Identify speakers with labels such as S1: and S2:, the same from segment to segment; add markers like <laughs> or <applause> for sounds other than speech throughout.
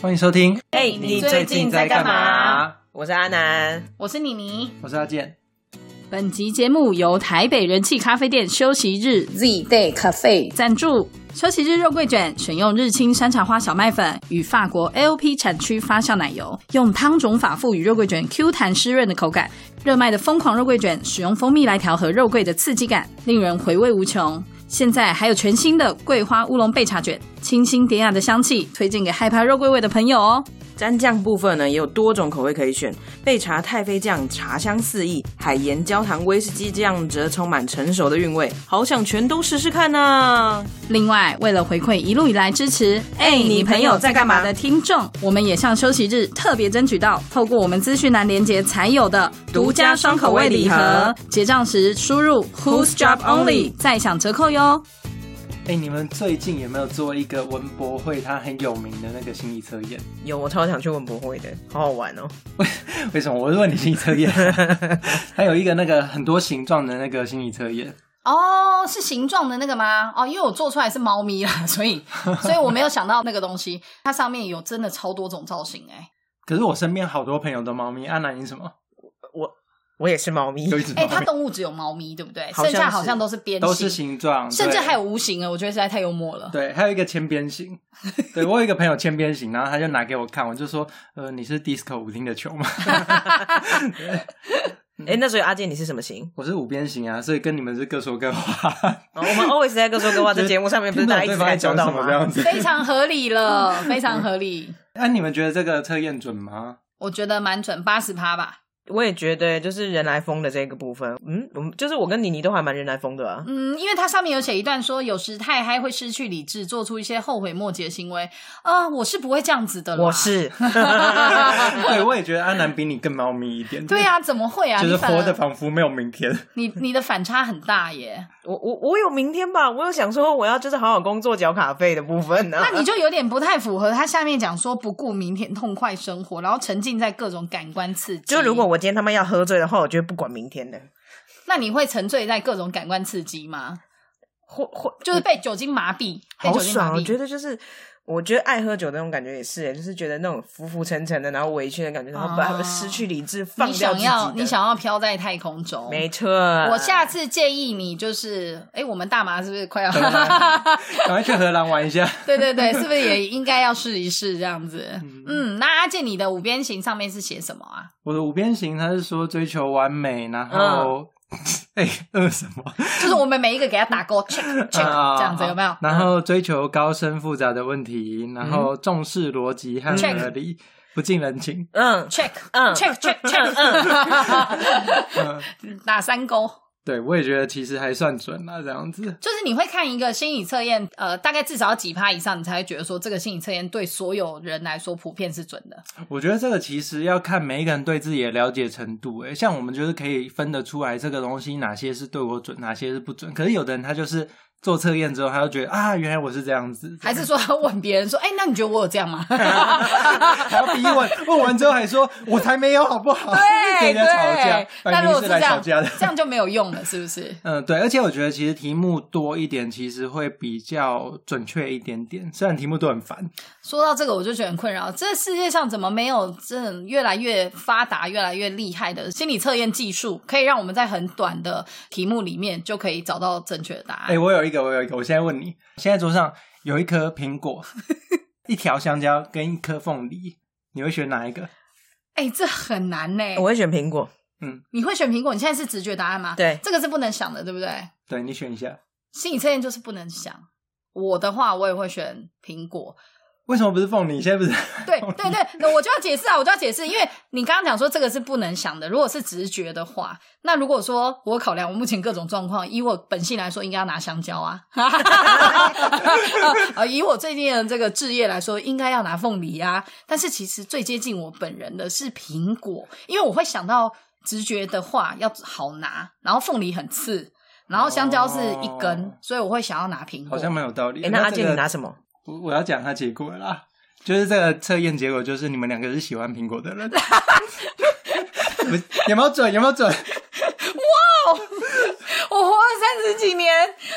S1: 欢迎收听。
S2: 哎、你最近在干嘛？
S3: 我是阿南，
S2: 我是妮妮。
S1: 我是阿健。
S2: 本集节目由台北人气咖啡店休息日
S3: Z Day Cafe。
S2: 赞助。休息日肉桂卷选用日清山茶花小麦粉与法国 AOP 产区发酵奶油，用汤种法赋予肉桂卷 Q 弹湿润的口感。热卖的疯狂肉桂卷使用蜂蜜来调和肉桂的刺激感，令人回味无穷。现在还有全新的桂花乌龙焙茶卷，清新典雅的香气，推荐给害怕肉桂味的朋友哦。
S3: 蘸酱部分呢，也有多种口味可以选，焙茶太妃酱茶香四溢，海盐焦糖威士忌酱则充满成熟的韵味，好想全都试试看呐、
S2: 另外，为了回馈一路以来支持“哎、
S3: 你朋友在干嘛
S2: 的听众，我们也向休息日特别争取到，透过我们资讯栏连接才有的独家双口味礼盒，结账时输入 Who's Job Only 再享折扣哟。
S1: 哎、你们最近有没有做一个文博会？它很有名的那个心理测验？ <laughs>
S3: 有，我超想去文博会的，好好玩 <laughs> 哦。
S1: 为什么我是问你心理测
S3: <laughs>
S1: 验？还有一个那个很多形状的那个心理测验，
S2: 哦，是形状的那个吗？哦，因为我做出来是猫咪啦， <laughs> 所以所以我没有想到那个东西，它上面有真的超多种造型哎、
S1: <laughs> 可是我身边好多朋友都猫咪。阿南你什么？
S3: 我也是猫咪
S1: 有，一只猫
S2: 哎、
S1: 咪，
S2: 它动物只有猫咪对不对？
S3: 好像
S2: 剩下
S3: 是
S2: 好像都是边
S1: 都是形状，
S2: 甚至
S1: 对
S2: 还有无形的，我觉得实在太幽默了。
S1: 对，还有一个千边
S2: <laughs>
S1: 形。对我有一个朋友千边形，然后他就拿给我看，我就说：“呃，你是 disco 舞厅的球吗？”
S3: 哎、那所以阿健你是什么型？
S1: 我是五边形啊，所以跟你们是各说各话。
S3: 哦我们 always 在各说各话，在节目上面不是大家一
S1: 听
S3: 直
S1: <laughs> 不懂对
S3: 在
S1: 方讲
S3: 讲
S1: 什
S3: 到
S1: 么这
S3: 吗？
S1: 样子？
S2: 非常合理了， <laughs> 非常合理。
S1: 那、啊你们觉得这个测验准吗？
S2: 我觉得蛮准，八十趴吧。
S3: 我也觉得，就是人来疯的这个部分，嗯，我们就是我跟妮妮都还蛮人来疯的 <laughs> 啊。
S2: 嗯，因为它上面有写一段说，有时太嗨会失去理智，做出一些后悔莫及的行为。啊、我是不会这样子的啦。
S3: 我。是，嗯
S1: 对，我也觉得阿南比你更猫咪一点。
S2: <laughs> 对、呀、怎么会啊？
S1: 就是
S2: 你反而
S1: 活的仿佛没有明天。
S2: 你你的反差很大耶。
S3: 我我我有明天吧，我有想说我要就是好好工作缴卡费的部分 <laughs> 呢、啊。
S2: 那你就有点不太符合他下面讲说不顾明天痛快生活，然后沉浸在各种感官刺激。
S3: 就如果我今天他妈要喝醉的话，我觉得不管明天的，
S2: 那你会沉醉在各种感官刺激吗？
S3: 或或哎
S2: 就是被酒精麻痹，被
S3: 好
S2: 酒精麻
S3: 爽。我
S2: 痹。
S3: 觉得就是，我觉得爱喝酒的那种感觉也是，就是觉得那种浮浮沉沉的，然后委屈的感觉，然后把
S2: 哦
S3: 失去理智，放
S2: 你
S3: 掉
S2: 想
S3: 自己的
S2: 要你，想要飘在太空中，
S3: 没错。
S2: 我
S1: 呃
S3: 我
S2: 下次建议你就是，哎、我们大麻是不是快要？
S1: 赶快去荷兰玩一下。
S2: <laughs> 对对对，是不是也应该要试一试这样子？嗯，那阿健，你的五边形上面是写什么啊？
S1: 我的五边形，他是说追求完美，然后
S3: 嗯
S1: <laughs> 哎、呃什么？
S2: 就是我们每一个给他
S1: <laughs>
S2: 打勾 check check、
S1: 啊
S2: 这样子有没有？
S1: 然后追求高深复杂的问题，
S3: 嗯
S1: 然后重视逻辑和合理，不近人情。
S3: 嗯
S2: check
S3: 嗯
S2: check
S1: <laughs>
S2: check
S1: 嗯
S2: check，打 <laughs> 三勾。
S1: 对我也觉得其实还算准啦，这样子。
S2: 就是你会看一个心理测验，呃，大概至少要几趴以上，你才会觉得说这个心理测验对所有人来说普遍是准的。
S1: 我觉得这个其实要看每一个人对自己的了解程度、诶，像我们就是可以分得出来这个东西哪些是对我准，哪些是不准。可是有的人他就是做测验之后，他就觉得啊，原来我是这样
S2: <laughs>
S1: 子，
S2: 还是说他问别人说，哎、那你觉得我有这样吗？
S1: 还要逼问，问完之后还说我才没有好不好？
S2: <laughs> 对
S1: <laughs> 跟人家吵架
S2: 对，那
S1: 摆
S2: 如
S1: 明
S2: 果
S1: 是
S2: 是
S1: 来
S2: 这
S1: 吵
S2: 样，
S1: 架的。 <laughs>
S2: <laughs> 这样就没有用了，是不是？
S1: 嗯，对，而且我觉得其实题目多一点，其实会比较准确一点点。虽然题目都很烦，
S2: 说到这个，我就觉得很困扰。这世界上怎么没有这种越来越发达、越来越厉害的心理测验技术，可以让我们在很短的题目里面就可以找到正确的答案？
S1: 哎、我有一个，我有一个，我现在问你，现在桌上有一颗苹果、
S3: <laughs>
S1: 一条香蕉跟一颗凤梨，你会选哪一个？
S2: 哎这很难呢、
S3: 我会选苹果，
S2: 你会选苹果？你现在是直觉答案吗？
S3: 对
S2: 这个是不能想的，对不对？
S1: 对你选一下，
S2: 心理测验就是不能想。我的话，我也会选苹果。
S1: 为什么不是凤梨？现在不是？ <laughs>
S2: 对对对，那我就要解释啊，我就要解释，因为你刚刚讲说这个是不能想的，如果是直觉的话，那如果说我考量我目前各种状况，以我本性来说，应该要拿香蕉啊， <laughs> 啊，以我最近的这个置业来说，应该要拿凤梨啊，但是其实最接近我本人的是苹果，因为我会想到直觉的话要好拿，然后凤梨很刺。然后香蕉是一根，
S1: 哦
S2: 所以我会想要拿苹果。
S1: 好像蛮有道理。
S3: 哎、那阿
S1: 这
S3: 健
S1: 个
S3: 你拿什么？
S1: 我我要讲它结果啦，就是这个测验结果就是你们两个是喜欢苹果的人。 <laughs> 不是有没有准？有没有准？
S2: 我活了十几年，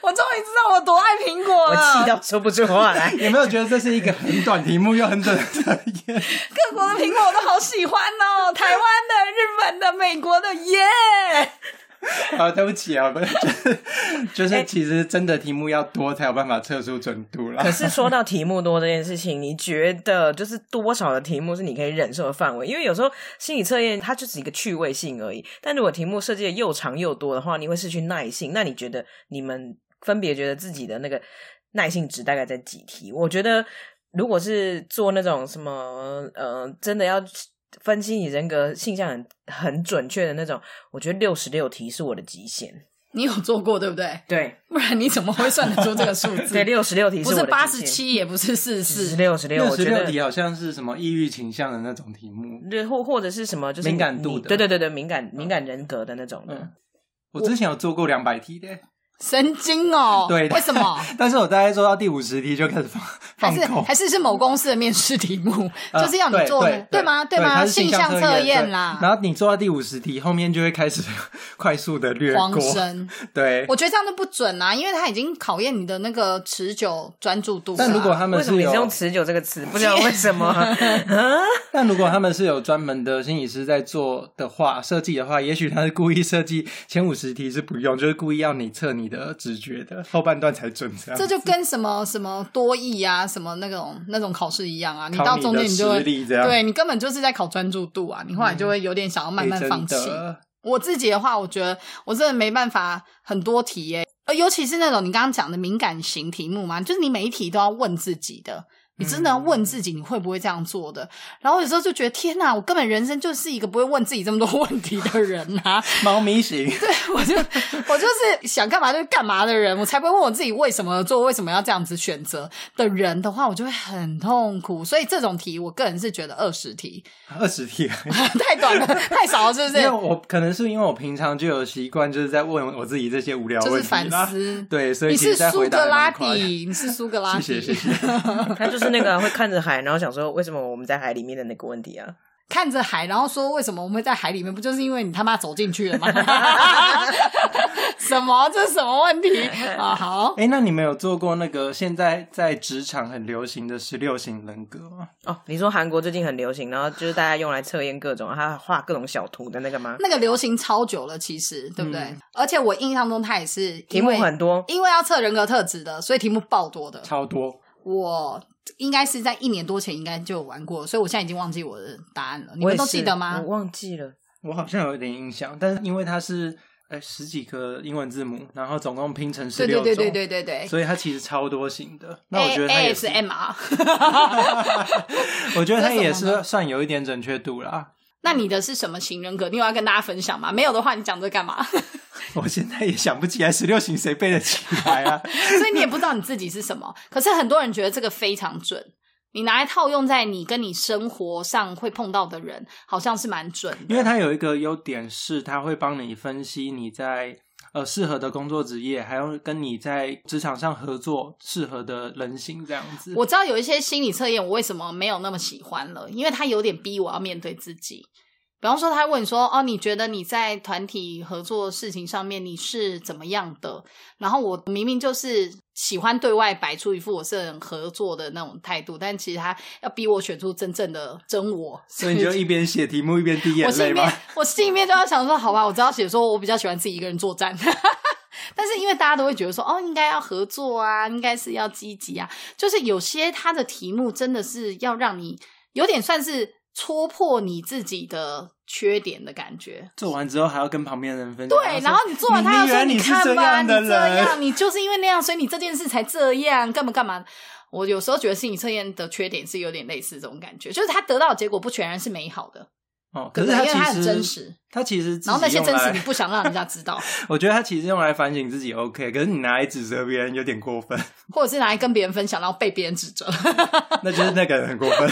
S2: 我终于知道我多爱苹果
S3: 我
S2: 了。
S3: 气到说不出话来。
S1: 有没有觉得这是一个很短题目又很准的测
S3: <laughs>
S1: 验？
S2: 各国的苹果我都好喜欢 <laughs> 哦，台湾的、日本的、美国的，耶、
S1: 啊，对不起啊，不是，就是
S3: 哎
S1: 就是其实真的题目要多才有办法测出准度啦
S3: <laughs> 可。是说到题目多这件事情，你觉得就是多少的题目是你可以忍受的范围？因为有时候心理测验它就是一个趣味性而已，但如果题目设计的又长又多的话，你会失去耐性。那你觉得你们分别觉得自己的那个耐性值大概在几题？我觉得如果是做那种什么呃，真的要。分析你人格性向很很准确的那种，我觉得六十六题是我的极限。
S2: 你有做过对不对？
S3: 对，
S2: 不然你怎么会算得出这个数 <laughs>
S3: 对，
S2: 字？
S3: 六十六题
S2: 不
S3: 我
S2: 是
S3: 的
S2: 八十七，也不是四
S3: 十
S2: 四，
S3: 六十六，
S1: 六
S3: 我
S1: 十
S3: 觉
S1: 六
S3: 得
S1: 题好像是什么抑郁倾向的那种题目。
S3: 对，或或者是什么，就是
S1: 敏感度
S3: 你
S1: 的
S3: 对对对对，敏感敏感人格的那种的。
S1: 嗯，我之前有做过两百题的，
S2: 神经哦！
S1: 对
S2: 为什么？
S1: 但是我大概做到第五十题就开始放
S2: 还
S1: <laughs> 放
S2: 是
S1: 空
S2: 还。是是某公司的面试题
S1: <laughs>
S2: 目，
S1: 呃
S2: 就是要你做
S1: 对
S2: 对吗？
S1: 对
S2: 吗？
S1: 它是
S2: 性向测
S1: 测
S2: 验
S1: 对
S2: 啦，
S1: 然后你做到第五十题，后面就会开始 <laughs> 快速的略
S2: 黄
S1: 过。
S2: 生，
S1: 对，
S2: 我觉得这样就不准啊，因为他已经考验你的那个持久专注度啊。
S1: 但如果他们
S3: 为什么
S1: 是
S3: 你
S1: 有
S3: 是用“持久”这个词？不知道为什
S1: <laughs>
S3: 么。
S1: 但如果他们是有专门的心理师在做的话，设计的话，也许他是故意设计前五十题是不用，就是故意要你测你的直觉的，后半段才准这样。
S2: 这就跟什么什么多义啊，什么那种那种考试一样啊，你
S1: 考
S2: 到
S1: 你
S2: 中
S1: 的
S2: 间你就
S1: 实
S2: 会，
S1: 力这样
S2: 对你根本就是在考专注度啊，你后来就会有点想要慢慢
S1: 诶
S2: 放弃。
S1: 真的
S2: 我自己的话，我觉得我真的没办法很多题耶、呃，尤其是那种你刚刚讲的敏感型题目嘛，就是你每一题都要问自己的，你真的要问自己你会不会这样做的。然后有时候就觉得天哪，我根本人生就是一个不会问自己这么多问题的人啊！
S1: 猫咪型，
S2: <laughs> 我就我就是想干嘛就干嘛的人，我才不会问我自己为什么做，为什么要这样子选择的人的话，我就会很痛苦。所以这种题，我个人是觉得二十
S1: <laughs>
S2: 题
S1: 二十题而已。
S2: 太短了，太少了，是不
S1: <laughs> 因为
S2: 是？
S1: 我可能是因为我平常就有习惯，就是在问我自己这些无聊
S2: 就
S1: 问
S2: 是
S1: 题
S2: 反
S1: 啦。
S2: 思。
S1: <laughs> 对，所以
S2: 你
S1: 其实
S2: 是
S1: 在
S2: 苏
S1: 回答
S2: 格
S1: 得
S2: 拉
S1: 蛮快的
S2: 底，你是苏格拉
S1: <laughs>
S2: 底。
S1: 谢谢谢
S2: <laughs>
S1: 谢。
S3: 他就是那个会看着海，然后想说为什么我们在海里面的那个问题啊。
S2: 看着海，然后说为什么我们会在海里面？不就是因为你他妈走进
S1: <laughs>
S2: 去了吗？什么？这是什么问题啊？好，
S1: 哎、那你们有做过那个现在在职场很流行的十六型人格吗？
S3: 哦，你说韩国最近很流行，然后就是大家用来测验各种，他画各种小图的那个吗？
S2: 那个流行超久了，其实对不对？
S1: 嗯
S2: 而且我印象中它也是
S3: 题
S2: 因
S3: 目
S2: 为
S3: 很多，
S2: 因为要测人格特质的，所以题目爆多的。
S1: 超多，
S2: 我应该是在一年多前应该就有玩过，所以我现在已经忘记我的答案了。你
S3: 我
S2: 们
S3: 也
S2: 都记
S3: 是
S2: 得吗
S3: 我？忘记了。
S1: 我好像有点印象，但是因为它是呃十几个英文字母，然后总共拼成十
S2: 对
S1: 六
S2: 对
S1: 种，
S2: 对对对对对。
S1: 所以它其实超多型的。那我
S2: A
S1: 觉得它
S2: A
S1: 也
S2: S
S1: 是，
S2: M R，
S1: <laughs>
S2: <laughs>
S1: 我觉得它也
S2: 这是什么
S1: 是算有一点准确度啦。
S2: 那你的是什么型人格？你有要跟大家分享吗？没有的话，你讲这
S1: <laughs>
S2: 干嘛？
S1: 我现在也想不起来十六型谁背得起来啊？
S2: 所以你也不知道你自己是什么。可是很多人觉得这个非常准，你拿来套用在你跟你生活上会碰到的人，好像是蛮准的。
S1: 因为它有一个优点是，它会帮你分析你在呃适合的工作职业，还有跟你在职场上合作适合的人型这样子。
S2: 我知道有一些心理测验，我为什么没有那么喜欢了？因为它有点逼我要面对自己。比方说，他问你说：“哦，你觉得你在团体合作事情上面你是怎么样的？”然后我明明就是喜欢对外摆出一副我是很合作的那种态度，但其实他要逼我选出真正的真我。
S1: 所以你就一边写题目一边滴眼
S2: 我心
S1: 泪
S2: 里
S1: 吗
S2: 面？，我心里面就要想说，好吧，我只要写说我比较喜欢自己一个人作战。 <laughs> 但是因为大家都会觉得说，哦，应该要合作啊，应该是要积极啊，就是有些它的题目真的是要让你有点算是戳破你自己的缺点的感觉。
S1: 做完之后还要跟旁边的人分享。
S2: 对，然后你做完，他
S1: 他
S2: 要说
S1: 啊你是
S2: 看
S1: 这
S2: 吧，
S1: 样
S2: 你
S1: 的
S2: 这
S1: 人，
S2: 样，你就是因为那样，所以你这件事才这样，干嘛干嘛。我有时候觉得心理测验的缺点是有点类似这种感觉，就是他得到的结果不全然是美好的，
S1: 哦，可
S2: 对不
S1: 是
S2: 对？
S1: 他
S2: 因为
S1: 其
S2: 它
S1: 实
S2: 很真实。
S1: 他其实自己
S2: 然后那些
S1: 用
S2: 真实
S1: 来
S2: 你不想让人家知
S1: <laughs>
S2: 道，
S1: 我觉得他其实用来反省自己 OK，可是你拿来指责别人有点过分， <laughs>
S2: 或者是拿来跟别人分享，然后被别人指责。
S1: 那就是那个人很过分。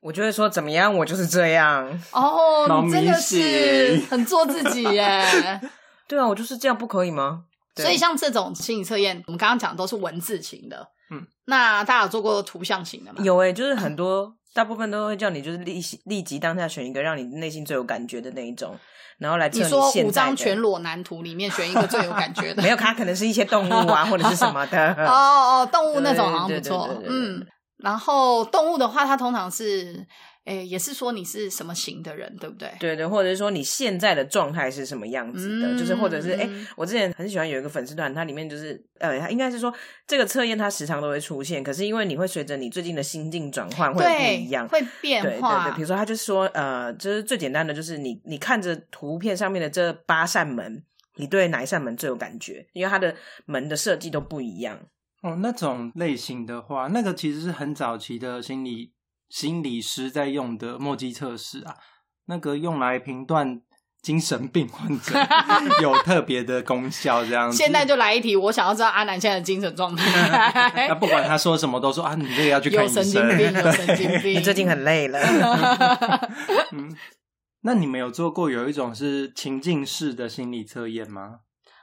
S3: 我就会说怎么样，我就是这样。
S2: 哦，
S1: 猫
S2: 你
S1: 咪
S2: 真的是
S1: 型
S2: 很做自己
S1: <laughs>
S2: 耶。
S3: 对啊，我就是这样，不可以吗？对
S2: 所以像这种心理测验，我们刚刚讲的都是文字型的，
S1: 嗯，
S2: 那大家有做过图像型的吗？
S3: 欸有诶、就是很多大部分都会叫你就是立立即当下选一个让你内心最有感觉的那一种，然后来测
S2: 你说
S3: 现
S2: 五
S3: 在
S2: 张
S3: 的
S2: 全裸男图里面选一个最有感觉的，
S3: <laughs> 没有，它可能是一些动物啊或者是什
S2: <laughs>
S3: 么
S2: 哦
S3: 的。
S2: 哦，动物那种好像不错
S3: 对对，对对对
S2: 嗯。然后动物的话，它通常是，诶，也是说你是什么型的人，对不对？
S3: <laughs> 对对，或者是说你现在的状态是什么样子的，
S2: 嗯
S3: 就是或者是哎、诶
S2: 嗯
S3: 我之前很喜欢有一个粉丝团，它里面就是呃，它应该是说这个测验它时常都会出现，可是因为你会随着你最近的心境转换会有不一样，
S2: 会变
S3: 对
S2: 化。
S3: 对对，比如说他就说，呃，就是最简单的，就是你你看着图片上面的这八扇门，你对哪一扇门最有感觉？因为它的门的设计都不一样。
S1: 哦，那种类型的话，那个其实是很早期的心理心理师在用的墨迹测试啊，那个用来评断精神病患
S2: <laughs>
S1: 者有特别的功效，这样子。
S2: 现在就来一题，我想要知道阿南现在的精神状态
S1: <laughs> 那。不管他说什么，都说啊，你这个要去看
S2: 哎有
S1: 医
S2: 神
S1: 生。
S2: 经
S1: <laughs>
S2: 病，有神
S1: 对，
S2: 经
S3: 你
S2: 病。
S3: 最近很累
S2: <laughs>
S3: 了，
S1: 嗯，那你们有做过有一种是情境式的心理测验吗？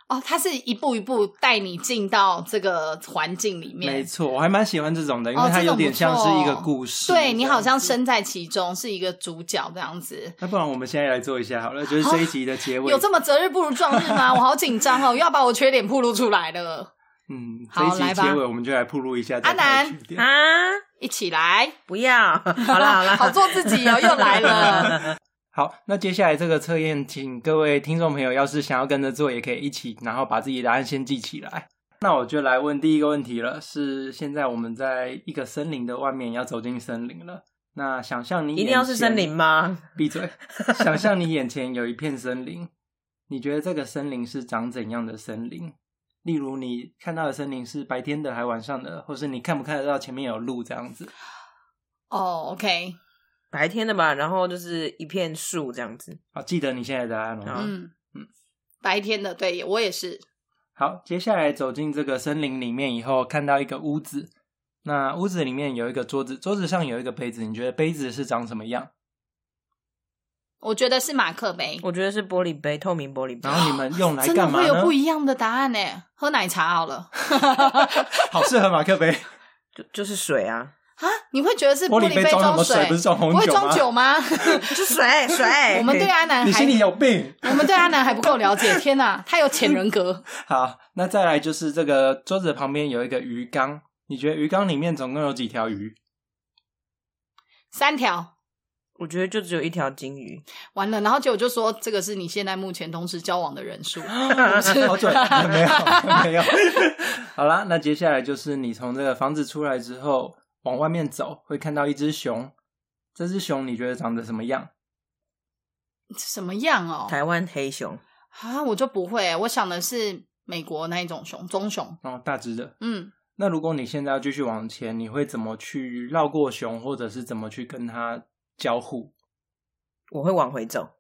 S2: 哦，它是一步一步带你进到这个环境里
S1: 没
S2: 面，
S1: 错，我还蛮喜欢这种的，因
S2: 哦
S1: 为它
S2: 这种
S1: 有点
S2: 不错
S1: 像是一个
S2: 哦
S1: 故事。
S2: 对你好像身在其中，是一个主角这样子。
S1: 那不然我们现在来做一下好了，就是这一集的结尾。
S2: 有这么择日不如撞日
S1: <laughs>
S2: 吗？我好紧张哦，又要把我缺点暴露出来了。
S1: 嗯，这
S2: 好
S1: 一集
S2: 来吧
S1: 结尾我们就来铺路一下
S2: 阿南
S1: 点。
S3: 啊，
S2: 一起来，
S3: 不
S2: <laughs>
S3: 要，好啦好啦，
S2: 好做自己哦，又来了。
S3: <laughs>
S1: 好，那接下来这个测验，请各位听众朋友，要是想要跟着做，也可以一起，然后把自己答案先记起来。那我就来问第一个问题了，是现在我们在一个森林的外面，要走进森林了。那想象你
S3: 一定要
S1: 眼
S3: 是
S1: 前
S3: 森林？吗？
S1: 闭嘴！想象你眼前有一片森林，你觉得这个森林是长怎样的森林？例如，你看到的森林是白天的还是晚上的，或是你看不看得到前面有路这样子？
S2: 哦，OK，
S3: 白天的吧，然后就是一片树这样子。
S1: 好，记得你现在的答案哦。
S3: 好
S2: 嗯白天的，对我也是。
S1: 好，接下来走进这个森林里面以后，看到一个屋子，那屋子里面有一个桌子，桌子上有一个杯子，你觉得杯子是长什么样？
S2: 我觉得是马克杯，
S3: 我觉得是玻璃杯，透明玻璃杯
S1: 然。后你们用来
S2: 哦真的
S1: 干嘛
S2: 会
S1: 呢
S2: 有？不一样的答案呢。喝奶茶好
S1: <laughs>
S2: 了
S1: 好适合马克杯，
S3: 就就是水啊，
S2: 啊，你会觉得是
S1: 玻
S2: 璃
S1: 璃杯
S2: 装
S1: 装什么
S2: 水，
S1: 不是装红
S2: 不会
S1: 酒
S2: 装
S1: 吗？哎
S2: 酒吗？
S3: 就是水
S2: <laughs> 。
S3: 水
S2: 我们对啊阿南
S1: 你心里
S2: 还，
S1: 有病。
S2: 我们对阿南还不够
S1: <laughs>
S2: 了解。天哪，他有潜人格。
S1: 好，那再来就是这个桌子旁边有一个鱼缸，你觉得鱼缸里面总共有几条鱼？
S2: 三条
S3: 我觉得就只有一条金鱼，
S2: 完了，然后结果就说这个是你现在目前同时交往的
S1: <gasps>
S2: 人数。
S1: <laughs> 好准，没有哦没有。 <laughs> 好啦，那接下来就是你从这个房子出来之后，往外面走，会看到一只熊。这只熊你觉得长得什么样？
S2: 什么样哦？
S3: 台湾黑熊。
S2: 啊，我就不会，我想的是美国那一种熊，棕熊。
S1: 哦，大只的。
S2: 嗯，
S1: 那如果你现在要继续往前，你会怎么去绕过熊，或者是怎么去跟它交互？
S3: 我会往回
S2: <laughs>
S3: 走，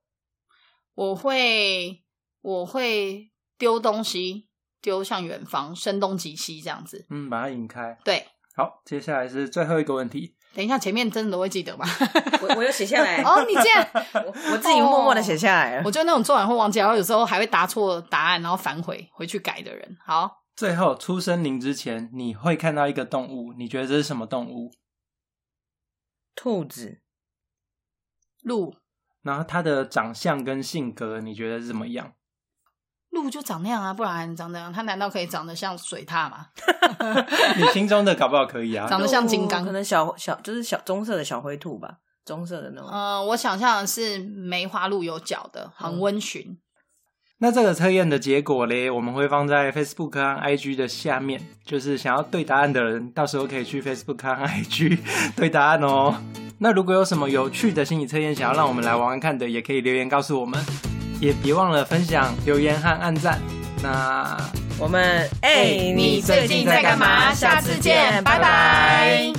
S2: 我会我会丢东西，丢向远方，声东击西这样子。
S1: 嗯，把它引开。
S2: 对，
S1: 好，接下来是最后一个问题。
S2: 等一下前面真的都会记得吗？
S3: 我我有写下来
S2: <laughs> 哦，你这样，
S3: 我我自己默默的写下来了。
S2: 我就那种做完会忘记，然后有时候还会答错答案，然后反悔回去改的人。好，
S1: 最后出森林之前，你会看到一个动物，你觉得这是什么动物？
S3: 兔子，
S2: 鹿
S1: 然后它的长相跟性格，你觉得是怎么样？
S2: 鹿就长那样啊，不然长那样，它难道可以长得像水獭吗？
S1: 你心中的搞不好可以啊。
S2: 长得像金刚
S3: 可能小小就是小棕色的小灰兔吧，棕色的那种。
S2: 嗯、我想象的是梅花鹿有角的，很温驯。
S1: 那这个测验的结果嘞，我们会放在 Facebook 和 IG 的下面，就是想要对答案的人，到时候可以去 Facebook 和 IG <laughs> 对答案哦。那如果有什么有趣的心理测验想要让我们来玩玩看的，也可以留言告诉我们，也别忘了分享、留言和按赞。那
S3: 我们哎、
S2: 你最近在干嘛？下次见，拜拜。